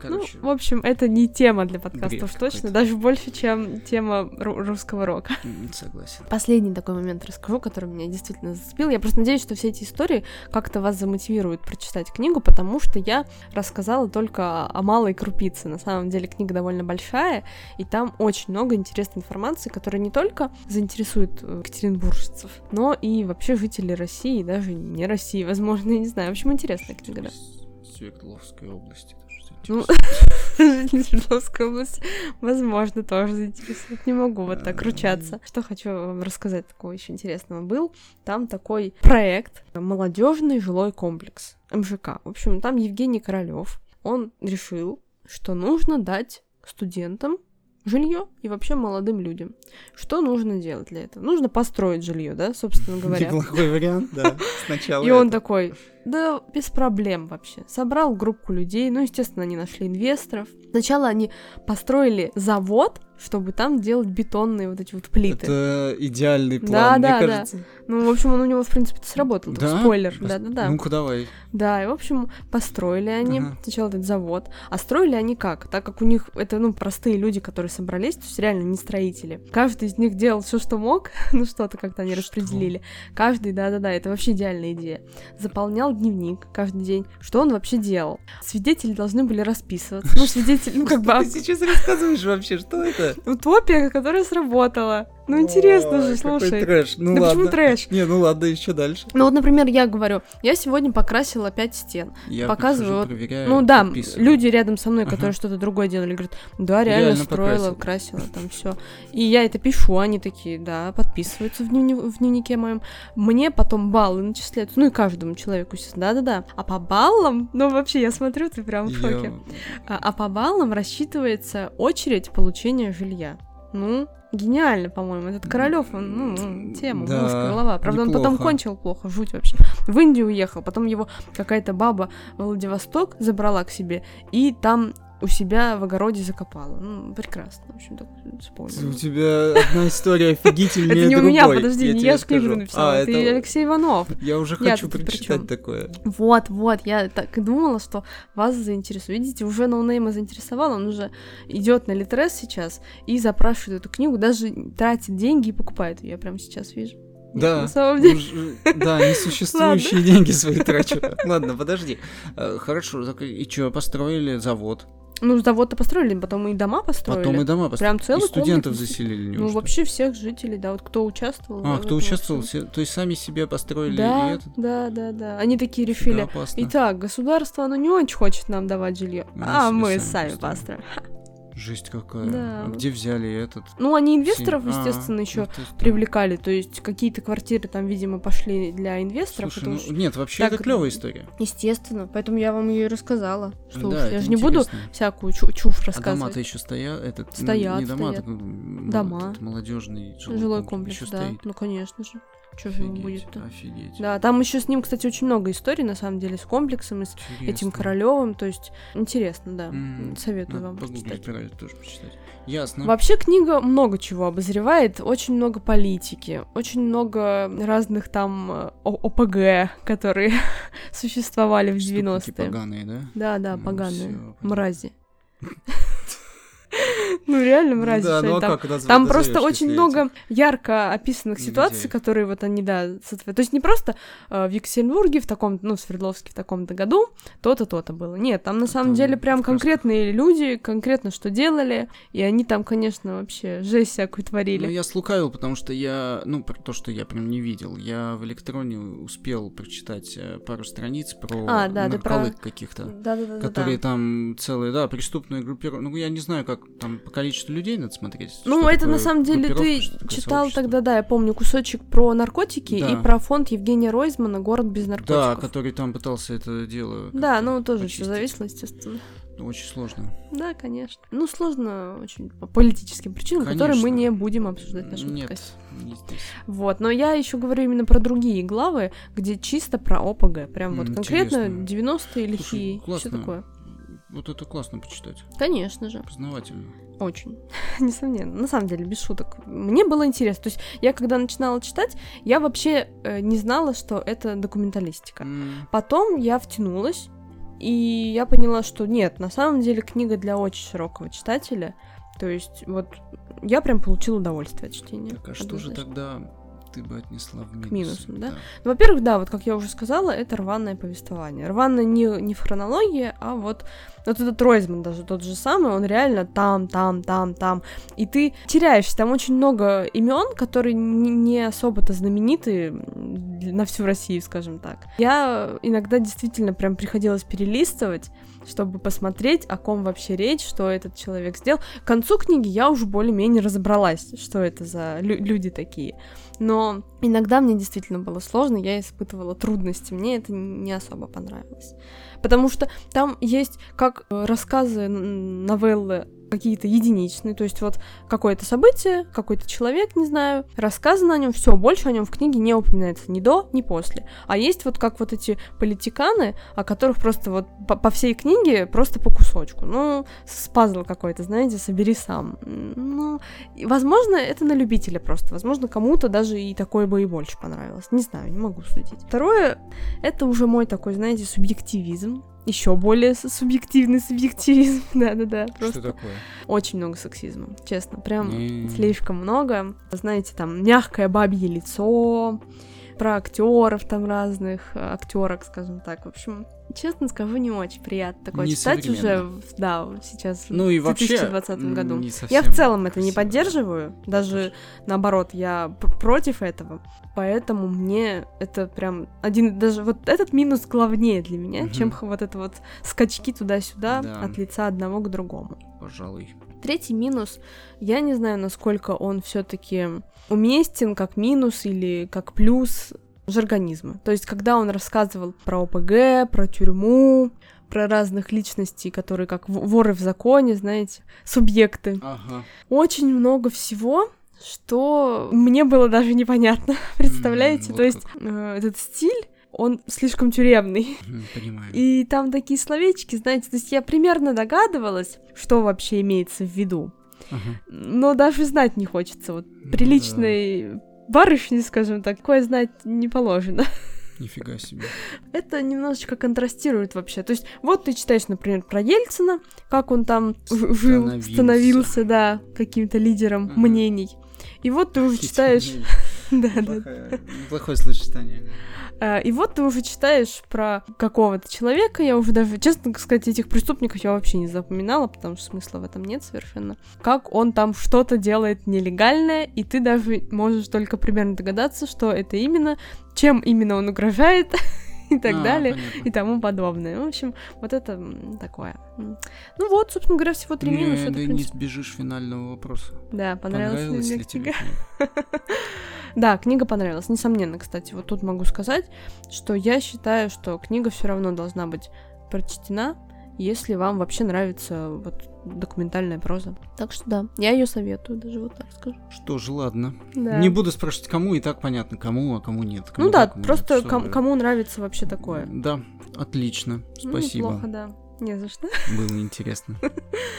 [SPEAKER 2] Короче,
[SPEAKER 1] ну, в общем, это не тема для
[SPEAKER 2] бред
[SPEAKER 1] подкаста уж точно,
[SPEAKER 2] какой-то.
[SPEAKER 1] даже больше, чем тема ру- русского рока.
[SPEAKER 2] м, согласен.
[SPEAKER 1] Последний такой момент расскажу, который меня действительно зацепил. Я просто надеюсь, что все эти истории как-то вас замотивируют прочитать книгу, потому что я рассказала только о малой крупице. На самом деле книга довольно большая, и там очень много интересной информации, которая не только заинтересует э, екатеринбуржцев, но и вообще жителей России, и даже не России, возможно, я не знаю. В общем, интересная книга, да.
[SPEAKER 2] С Свердловской области. даже
[SPEAKER 1] Ну, <laughs>
[SPEAKER 2] заинтересовал.
[SPEAKER 1] Житель Свердловской области, возможно, тоже заинтересует. Не могу вот так
[SPEAKER 2] Эм.
[SPEAKER 1] ручаться. Что хочу вам рассказать такого еще интересного. Был там такой проект «Молодежный жилой комплекс» МЖК. В общем, там Евгений Королёв, он решил, что нужно дать студентам жилье и вообще молодым людям. Что нужно делать для этого? Нужно построить жилье, да, собственно говоря.
[SPEAKER 2] Неплохой вариант,
[SPEAKER 1] <laughs>
[SPEAKER 2] да. Сначала
[SPEAKER 1] И он
[SPEAKER 2] это.
[SPEAKER 1] такой, да без проблем вообще. Собрал группу людей, ну, естественно, они нашли инвесторов. Сначала они построили завод, чтобы там делать бетонные вот эти вот плиты.
[SPEAKER 2] Это идеальный
[SPEAKER 1] типа, Да,
[SPEAKER 2] план, мне
[SPEAKER 1] да, да.
[SPEAKER 2] кажется.
[SPEAKER 1] Ну, в общем, он у него, в принципе, сработал. так,
[SPEAKER 2] Да?
[SPEAKER 1] Спойлер,
[SPEAKER 2] Пос-
[SPEAKER 1] да-да-да. <laughs>
[SPEAKER 2] Ну-ка давай.
[SPEAKER 1] Да, и, в общем, построили они
[SPEAKER 2] Ага.
[SPEAKER 1] сначала этот завод. А строили они как? Так как у них это, ну, простые люди, которые собрались, то есть реально не строители. Каждый из них делал все, что мог, <laughs> ну, что-то как-то они
[SPEAKER 2] Что?
[SPEAKER 1] распределили. Каждый, да-да-да, это вообще идеальная идея. Заполнял дневник каждый день. Что он вообще делал? Свидетели должны были расписываться. Ну, свидетели, ну, как бы...
[SPEAKER 2] <laughs> Ты сейчас рассказываешь вообще, что это?
[SPEAKER 1] Утопия, которая сработала. Ну, интересно же,
[SPEAKER 2] Ой, какой
[SPEAKER 1] слушай.
[SPEAKER 2] трэш. Ну
[SPEAKER 1] Да
[SPEAKER 2] ладно.
[SPEAKER 1] почему трэш?
[SPEAKER 2] Не, ну ладно, еще дальше.
[SPEAKER 1] Ну вот, например, я говорю, я сегодня покрасила пять стен.
[SPEAKER 2] Я
[SPEAKER 1] Показываю,
[SPEAKER 2] прихожу, проверяю,
[SPEAKER 1] Ну да, м,
[SPEAKER 2] подписываю.
[SPEAKER 1] люди рядом со мной,
[SPEAKER 2] Ага.
[SPEAKER 1] которые что-то другое делали, говорят, да, реально,
[SPEAKER 2] Реально
[SPEAKER 1] строила,
[SPEAKER 2] покрасила.
[SPEAKER 1] красила, там все. И я это пишу, они такие, да, подписываются в, дневни- в дневнике моем. Мне потом баллы начисляются, ну и каждому человеку, естественно, да-да-да. А по баллам, ну вообще, я смотрю, ты прям в
[SPEAKER 2] Я-
[SPEAKER 1] шоке. А, а по баллам рассчитывается очередь получения жилья. Ну, гениально, по-моему. Этот Королёв, он, ну, м, тема,
[SPEAKER 2] Да,
[SPEAKER 1] мушка, голова. Правда, он потом
[SPEAKER 2] неплохо.
[SPEAKER 1] кончил плохо, жуть вообще. В Индию уехал, потом его какая-то баба во Владивосток забрала к себе и там у себя в огороде закопала. Ну, прекрасно, в общем, так
[SPEAKER 2] У
[SPEAKER 1] вспомнила.
[SPEAKER 2] тебя одна история офигительнее
[SPEAKER 1] Это не у меня,
[SPEAKER 2] другой,
[SPEAKER 1] подожди, не
[SPEAKER 2] тебе
[SPEAKER 1] я же книгу
[SPEAKER 2] скажу.
[SPEAKER 1] написала,
[SPEAKER 2] А,
[SPEAKER 1] это
[SPEAKER 2] это-
[SPEAKER 1] Алексей Иванов.
[SPEAKER 2] Я уже
[SPEAKER 1] Я-то
[SPEAKER 2] хочу
[SPEAKER 1] тут при
[SPEAKER 2] прочитать
[SPEAKER 1] чём?
[SPEAKER 2] такое.
[SPEAKER 1] Вот, вот, я так и думала, что вас заинтересует. Видите, уже ноунейма заинтересовал, он уже идет на Литрес сейчас и запрашивает эту книгу, даже тратит деньги и покупает ее. Я прям сейчас вижу.
[SPEAKER 2] Да.
[SPEAKER 1] На самом деле.
[SPEAKER 2] Уж, э, Да, несуществующие деньги
[SPEAKER 1] <laughs>
[SPEAKER 2] свои трачу. Ладно, подожди. Э, Хорошо, так и что, построили завод,
[SPEAKER 1] Ну, завод-то построили, потом и дома построили.
[SPEAKER 2] потом и дома построили.
[SPEAKER 1] Прям
[SPEAKER 2] И
[SPEAKER 1] целый
[SPEAKER 2] студентов
[SPEAKER 1] комплекс.
[SPEAKER 2] заселили,
[SPEAKER 1] Ну,
[SPEAKER 2] неужто?
[SPEAKER 1] вообще всех жителей, да, вот кто участвовал.
[SPEAKER 2] А,
[SPEAKER 1] в
[SPEAKER 2] кто
[SPEAKER 1] этом
[SPEAKER 2] участвовал?
[SPEAKER 1] всём.
[SPEAKER 2] все- То есть сами себе построили и
[SPEAKER 1] Да,
[SPEAKER 2] этот?
[SPEAKER 1] да, да, да. Они такие
[SPEAKER 2] Фига
[SPEAKER 1] решили.
[SPEAKER 2] опасно.
[SPEAKER 1] Итак, государство, оно не очень хочет нам давать жилье,
[SPEAKER 2] Мы
[SPEAKER 1] а
[SPEAKER 2] себе
[SPEAKER 1] мы
[SPEAKER 2] Ну, сами
[SPEAKER 1] сами
[SPEAKER 2] построим.
[SPEAKER 1] построим.
[SPEAKER 2] Жесть какая.
[SPEAKER 1] Да.
[SPEAKER 2] А где взяли этот?
[SPEAKER 1] Ну, они инвесторов,
[SPEAKER 2] Сим- А,
[SPEAKER 1] естественно, еще
[SPEAKER 2] вот это.
[SPEAKER 1] привлекали, то есть какие-то квартиры там, видимо, пошли для инвесторов,
[SPEAKER 2] Слушай,
[SPEAKER 1] потому
[SPEAKER 2] ну,
[SPEAKER 1] что,
[SPEAKER 2] нет, вообще
[SPEAKER 1] так-
[SPEAKER 2] это клевая история.
[SPEAKER 1] естественно, поэтому я вам ее и рассказала. Что
[SPEAKER 2] Да,
[SPEAKER 1] уж,
[SPEAKER 2] это
[SPEAKER 1] я же не буду
[SPEAKER 2] интересно.
[SPEAKER 1] всякую чу- чушь
[SPEAKER 2] А дома-то
[SPEAKER 1] рассказывать.
[SPEAKER 2] еще стоят, этот ну,
[SPEAKER 1] Стоят,
[SPEAKER 2] не дома,
[SPEAKER 1] стоят.
[SPEAKER 2] так, м,
[SPEAKER 1] Дома.
[SPEAKER 2] этот молодежный жилой,
[SPEAKER 1] Жилой комплекс,
[SPEAKER 2] ещё
[SPEAKER 1] да.
[SPEAKER 2] стоит.
[SPEAKER 1] Ну, конечно же. Что же ему
[SPEAKER 2] Офигеть, а
[SPEAKER 1] будет-то?
[SPEAKER 2] офигеть.
[SPEAKER 1] Да, там еще с ним, кстати, очень много историй, на самом деле, с комплексом, и с
[SPEAKER 2] Интересно.
[SPEAKER 1] этим королевым. То есть, интересно, да.
[SPEAKER 2] М,
[SPEAKER 1] Советую
[SPEAKER 2] Надо
[SPEAKER 1] вам
[SPEAKER 2] погуглить,
[SPEAKER 1] почитать.
[SPEAKER 2] про это тоже почитать. Ясно.
[SPEAKER 1] Вообще книга много чего обозревает, очень много политики, очень много разных там э, О- ОПГ, которые <laughs> существовали в
[SPEAKER 2] Штуки
[SPEAKER 1] 90-е.
[SPEAKER 2] поганые, да?
[SPEAKER 1] Да, да,
[SPEAKER 2] Ну,
[SPEAKER 1] поганые.
[SPEAKER 2] всё, понятно.
[SPEAKER 1] мрази. <laughs> Ну, реально мрази.
[SPEAKER 2] да,
[SPEAKER 1] что
[SPEAKER 2] ну
[SPEAKER 1] они
[SPEAKER 2] а
[SPEAKER 1] там.
[SPEAKER 2] как назва-
[SPEAKER 1] Там
[SPEAKER 2] назовёшь,
[SPEAKER 1] просто очень
[SPEAKER 2] если
[SPEAKER 1] много ярко описанных ситуаций,
[SPEAKER 2] Негодяев.
[SPEAKER 1] которые вот они, да, сотворили. То есть не просто э, в Екатеринбурге в таком, ну, в Свердловске в таком-то году то-то, то-то было. Нет, там на самом
[SPEAKER 2] Ну, там
[SPEAKER 1] деле прям
[SPEAKER 2] просто-
[SPEAKER 1] конкретные люди, конкретно что делали, и они там, конечно, вообще жесть всякую
[SPEAKER 2] Ну,
[SPEAKER 1] творили.
[SPEAKER 2] я слукавил, потому что я, ну, про то, что я прям не видел. Я в электроне успел прочитать э, пару страниц про
[SPEAKER 1] А, да, ты про-
[SPEAKER 2] нарколык каких-то.
[SPEAKER 1] Да-да-да.
[SPEAKER 2] Которые там целые, да, преступные группировки. Ну, я не знаю, как там по количеству людей надо смотреть.
[SPEAKER 1] Ну,
[SPEAKER 2] что
[SPEAKER 1] это
[SPEAKER 2] такое
[SPEAKER 1] на самом деле
[SPEAKER 2] группировка,
[SPEAKER 1] ты
[SPEAKER 2] что такое
[SPEAKER 1] читал
[SPEAKER 2] сообщество.
[SPEAKER 1] тогда, да, я помню, кусочек про наркотики и
[SPEAKER 2] Да.
[SPEAKER 1] про фонд Евгения Ройзмана «Город без
[SPEAKER 2] Да,
[SPEAKER 1] наркотиков».
[SPEAKER 2] который там пытался это дело.
[SPEAKER 1] Да,
[SPEAKER 2] как-то
[SPEAKER 1] ну тоже все
[SPEAKER 2] почистить.
[SPEAKER 1] зависело, естественно.
[SPEAKER 2] Очень сложно.
[SPEAKER 1] Да, конечно. Ну, сложно очень по политическим причинам, которые мы
[SPEAKER 2] Конечно.
[SPEAKER 1] не будем обсуждать в нашем
[SPEAKER 2] Нет,
[SPEAKER 1] подкасте.
[SPEAKER 2] не здесь.
[SPEAKER 1] Вот, но я еще говорю именно про другие главы, где чисто про ОПГ. Прям вот
[SPEAKER 2] М,
[SPEAKER 1] конкретно
[SPEAKER 2] интересно.
[SPEAKER 1] 90-е
[SPEAKER 2] Слушай,
[SPEAKER 1] лихие, все
[SPEAKER 2] классно.
[SPEAKER 1] такое.
[SPEAKER 2] Вот это классно почитать.
[SPEAKER 1] Конечно же,
[SPEAKER 2] Познавательно.
[SPEAKER 1] очень. <laughs> Несомненно. На самом деле, без шуток. Мне было интересно. То есть я когда начинала читать, я вообще э, не знала, что это документалистика.
[SPEAKER 2] М,
[SPEAKER 1] Потом я втянулась. И я поняла, что нет, на самом деле книга для очень широкого читателя. То есть вот я прям получила удовольствие от чтения.
[SPEAKER 2] Так а что же
[SPEAKER 1] однозначно.
[SPEAKER 2] тогда ты бы отнесла в минус?
[SPEAKER 1] минусам, да? Ну, Во-первых, да, вот как я уже сказала, это рваное повествование. Рваное не, не в хронологии, а вот, вот этот Ройзман даже тот же самый, он реально там, там, там, там. И ты теряешься, там очень много имен, которые не, не особо-то знамениты м, для- на всю Россию, скажем так. Я иногда действительно прям приходилось перелистывать, чтобы посмотреть, о ком вообще речь, что этот человек сделал. К концу книги я уже более-менее разобралась, что это за лю- люди такие. Но иногда мне действительно было сложно, я испытывала трудности, мне это не особо понравилось. Потому что там есть как э, рассказы, н- новеллы какие-то единичные, то есть вот какое-то событие, какой-то человек, не знаю, рассказано о нем, все, больше о нем в книге не упоминается ни до, ни после. А есть вот как вот эти политиканы, о которых просто вот по, по всей книге просто по кусочку. Ну, с пазл какой-то, знаете, собери сам. М, Ну, и, Возможно, это на любителя просто. Возможно, кому-то даже и такое бы и больше понравилось. Не знаю, не могу судить. Второе, это уже мой такой, знаете, субъективизм. Еще более с- субъективный субъективизм. <laughs> Да-да-да. Просто
[SPEAKER 2] Что такое?
[SPEAKER 1] очень много сексизма, честно. Прям
[SPEAKER 2] М.
[SPEAKER 1] слишком много. Знаете, там мягкое бабье лицо, про актеров там разных, э, актерок, скажем так. В общем, честно скажу, не очень приятно такое
[SPEAKER 2] Не
[SPEAKER 1] читать уже,
[SPEAKER 2] современно.
[SPEAKER 1] в- да, вот сейчас
[SPEAKER 2] Ну и
[SPEAKER 1] в
[SPEAKER 2] вообще...
[SPEAKER 1] 2020 году.
[SPEAKER 2] не
[SPEAKER 1] Я
[SPEAKER 2] совсем
[SPEAKER 1] в целом это не
[SPEAKER 2] красиво, да.
[SPEAKER 1] поддерживаю, даже наоборот, я п- против этого, поэтому мне это прям один, даже вот этот минус главнее для меня,
[SPEAKER 2] Мгм.
[SPEAKER 1] чем х- вот это вот скачки туда-сюда
[SPEAKER 2] Да.
[SPEAKER 1] от лица одного к другому.
[SPEAKER 2] Пожалуй.
[SPEAKER 1] Третий минус, я не знаю, насколько он все-таки уместен как минус или как плюс жаргонизма. То есть, когда он рассказывал про ОПГ, про тюрьму, про разных личностей, которые как в- воры в законе, знаете, субъекты
[SPEAKER 2] Ага.
[SPEAKER 1] очень много всего, что мне было даже непонятно, <laughs> представляете?
[SPEAKER 2] вот
[SPEAKER 1] То есть э, этот стиль, он слишком тюремный.
[SPEAKER 2] Мгм, Понимаю.
[SPEAKER 1] И там такие словечки, знаете, то есть я примерно догадывалась, что вообще имеется в виду.
[SPEAKER 2] Ага.
[SPEAKER 1] Но даже знать не хочется. Вот
[SPEAKER 2] Ну
[SPEAKER 1] приличной барышни, скажем так, такое знать не положено <laughs>
[SPEAKER 2] да, Нифига себе.
[SPEAKER 1] это немножечко контрастирует вообще. То есть, вот ты читаешь, например, про Ельцина, как он там ж- жил,
[SPEAKER 2] Становился.
[SPEAKER 1] становился, да, каким-то лидером
[SPEAKER 2] Ага.
[SPEAKER 1] мнений. И вот ты уже читаешь... <laughs> Да, <laughs> да.
[SPEAKER 2] Неплохое неплохое сочетание.
[SPEAKER 1] А, И вот ты уже читаешь про какого-то человека, я уже даже, честно сказать, этих преступников я вообще не запоминала, потому что смысла в этом нет совершенно. Как он там что-то делает нелегальное, и ты даже можешь только примерно догадаться, что это именно, чем именно он угрожает <laughs> и так
[SPEAKER 2] А,
[SPEAKER 1] далее.
[SPEAKER 2] понятно.
[SPEAKER 1] и тому подобное. Ну, В общем, вот это м, такое. М. Ну вот, собственно говоря, всего три
[SPEAKER 2] Не,
[SPEAKER 1] минуса. это, в
[SPEAKER 2] да не
[SPEAKER 1] принципе,
[SPEAKER 2] сбежишь финального вопроса.
[SPEAKER 1] Да, понравилась ли
[SPEAKER 2] Понравилась
[SPEAKER 1] мне
[SPEAKER 2] ли тебе
[SPEAKER 1] книга?
[SPEAKER 2] книга?
[SPEAKER 1] Да, книга понравилась, несомненно, кстати. Вот тут могу сказать, что я считаю, что книга все равно должна быть прочтена, если вам вообще нравится вот документальная проза. Так что да, я ее советую, даже вот так скажу.
[SPEAKER 2] Что ж, ладно.
[SPEAKER 1] Да.
[SPEAKER 2] Не буду спрашивать, кому, и так понятно, кому, а кому нет. Кому
[SPEAKER 1] ну да,
[SPEAKER 2] кому нет,
[SPEAKER 1] просто
[SPEAKER 2] что
[SPEAKER 1] ком-
[SPEAKER 2] вы.
[SPEAKER 1] кому нравится вообще такое.
[SPEAKER 2] Да, отлично.
[SPEAKER 1] Ну,
[SPEAKER 2] Спасибо.
[SPEAKER 1] неплохо, да. Не за что.
[SPEAKER 2] Было
[SPEAKER 1] <laughs>
[SPEAKER 2] интересно.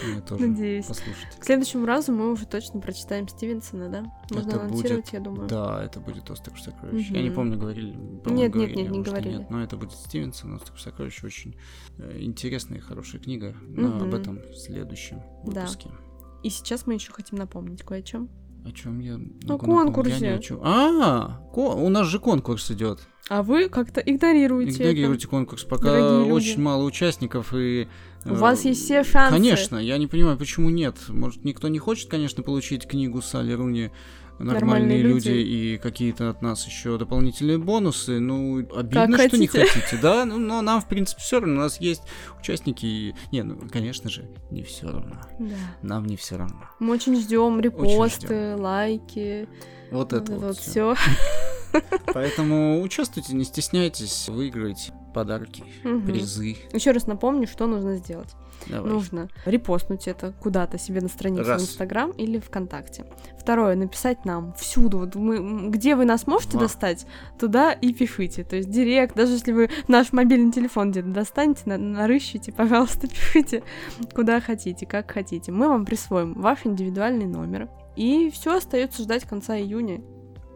[SPEAKER 2] Мне тоже
[SPEAKER 1] Надеюсь.
[SPEAKER 2] послушать.
[SPEAKER 1] К следующему разу мы уже точно прочитаем Стивенсона, да? Можно
[SPEAKER 2] Это
[SPEAKER 1] анонсировать,
[SPEAKER 2] будет-
[SPEAKER 1] я думаю.
[SPEAKER 2] Да, это будет «Остров сокровищ». Я не
[SPEAKER 1] Мгм.
[SPEAKER 2] помню, говорили. по-моему,
[SPEAKER 1] Нет, нет,
[SPEAKER 2] говорили,
[SPEAKER 1] нет, не
[SPEAKER 2] а может, и
[SPEAKER 1] говорили.
[SPEAKER 2] Нет, но это будет Стивенсон, «Остров сокровищ» очень э, интересная и хорошая книга. Но
[SPEAKER 1] Мгм.
[SPEAKER 2] об этом в следующем
[SPEAKER 1] Да.
[SPEAKER 2] выпуске.
[SPEAKER 1] И сейчас мы еще хотим напомнить кое о чем.
[SPEAKER 2] О чем я?
[SPEAKER 1] О
[SPEAKER 2] могу напомнить?
[SPEAKER 1] конкурсе.
[SPEAKER 2] Я не о чём. А, ко- у нас же конкурс идет.
[SPEAKER 1] А вы как-то игнорируете. это.
[SPEAKER 2] Игнорируйте конкурс, пока
[SPEAKER 1] дорогие люди.
[SPEAKER 2] очень мало участников и.
[SPEAKER 1] У
[SPEAKER 2] э,
[SPEAKER 1] вас есть все шансы.
[SPEAKER 2] Конечно, я не понимаю, почему нет. Может, никто не хочет, конечно, получить книгу Салли Руни «Нормальные,
[SPEAKER 1] Нормальные
[SPEAKER 2] люди.
[SPEAKER 1] люди».
[SPEAKER 2] и какие-то от нас еще дополнительные бонусы. Ну, обидно,
[SPEAKER 1] Как
[SPEAKER 2] что не
[SPEAKER 1] хотите.
[SPEAKER 2] хотите, да? Ну, но нам, в принципе, все равно. У нас есть участники. И... Не, ну, конечно же, не все равно.
[SPEAKER 1] Да.
[SPEAKER 2] Нам не все равно.
[SPEAKER 1] Мы очень ждем репосты,
[SPEAKER 2] ждём.
[SPEAKER 1] лайки.
[SPEAKER 2] Вот
[SPEAKER 1] вот
[SPEAKER 2] это
[SPEAKER 1] это
[SPEAKER 2] вот.
[SPEAKER 1] вот
[SPEAKER 2] всё.
[SPEAKER 1] все.
[SPEAKER 2] Поэтому участвуйте, не стесняйтесь, выиграйте подарки,
[SPEAKER 1] Мгм. Ну,
[SPEAKER 2] призы.
[SPEAKER 1] Еще раз напомню, что нужно сделать.
[SPEAKER 2] Давай.
[SPEAKER 1] Нужно репостнуть это куда-то себе на страницу
[SPEAKER 2] Раз.
[SPEAKER 1] в Инстаграм или ВКонтакте. Второе, написать нам всюду. Вот мы, м, где вы нас можете
[SPEAKER 2] Два.
[SPEAKER 1] достать, туда и пишите. То есть директ, даже если вы наш мобильный телефон где-то достанете, на- нарыщите, пожалуйста, <laughs> пишите куда хотите, как хотите. Мы вам присвоим ваш индивидуальный номер. И все остается ждать конца июня.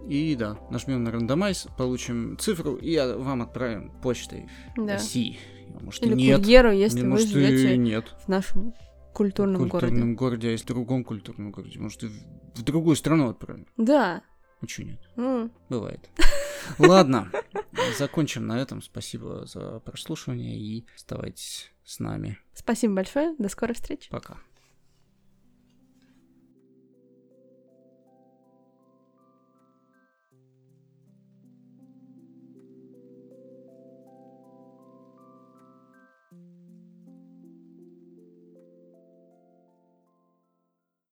[SPEAKER 2] И да, нажмем на рандомайз, получим цифру и а, вам отправим почтой
[SPEAKER 1] Да.
[SPEAKER 2] России. может
[SPEAKER 1] Или
[SPEAKER 2] и нет.
[SPEAKER 1] курьеру, если
[SPEAKER 2] Не,
[SPEAKER 1] вы
[SPEAKER 2] может, и
[SPEAKER 1] живете
[SPEAKER 2] нет.
[SPEAKER 1] в нашем культурном, городе.
[SPEAKER 2] культурном городе, а если в другом культурном городе, может, и в в другую страну отправим.
[SPEAKER 1] Да.
[SPEAKER 2] Ничего нет.
[SPEAKER 1] Ну, <laughs>
[SPEAKER 2] Бывает. Ладно, закончим на этом. Спасибо за прослушивание и оставайтесь с нами.
[SPEAKER 1] спасибо большое. До скорой встречи.
[SPEAKER 2] Пока.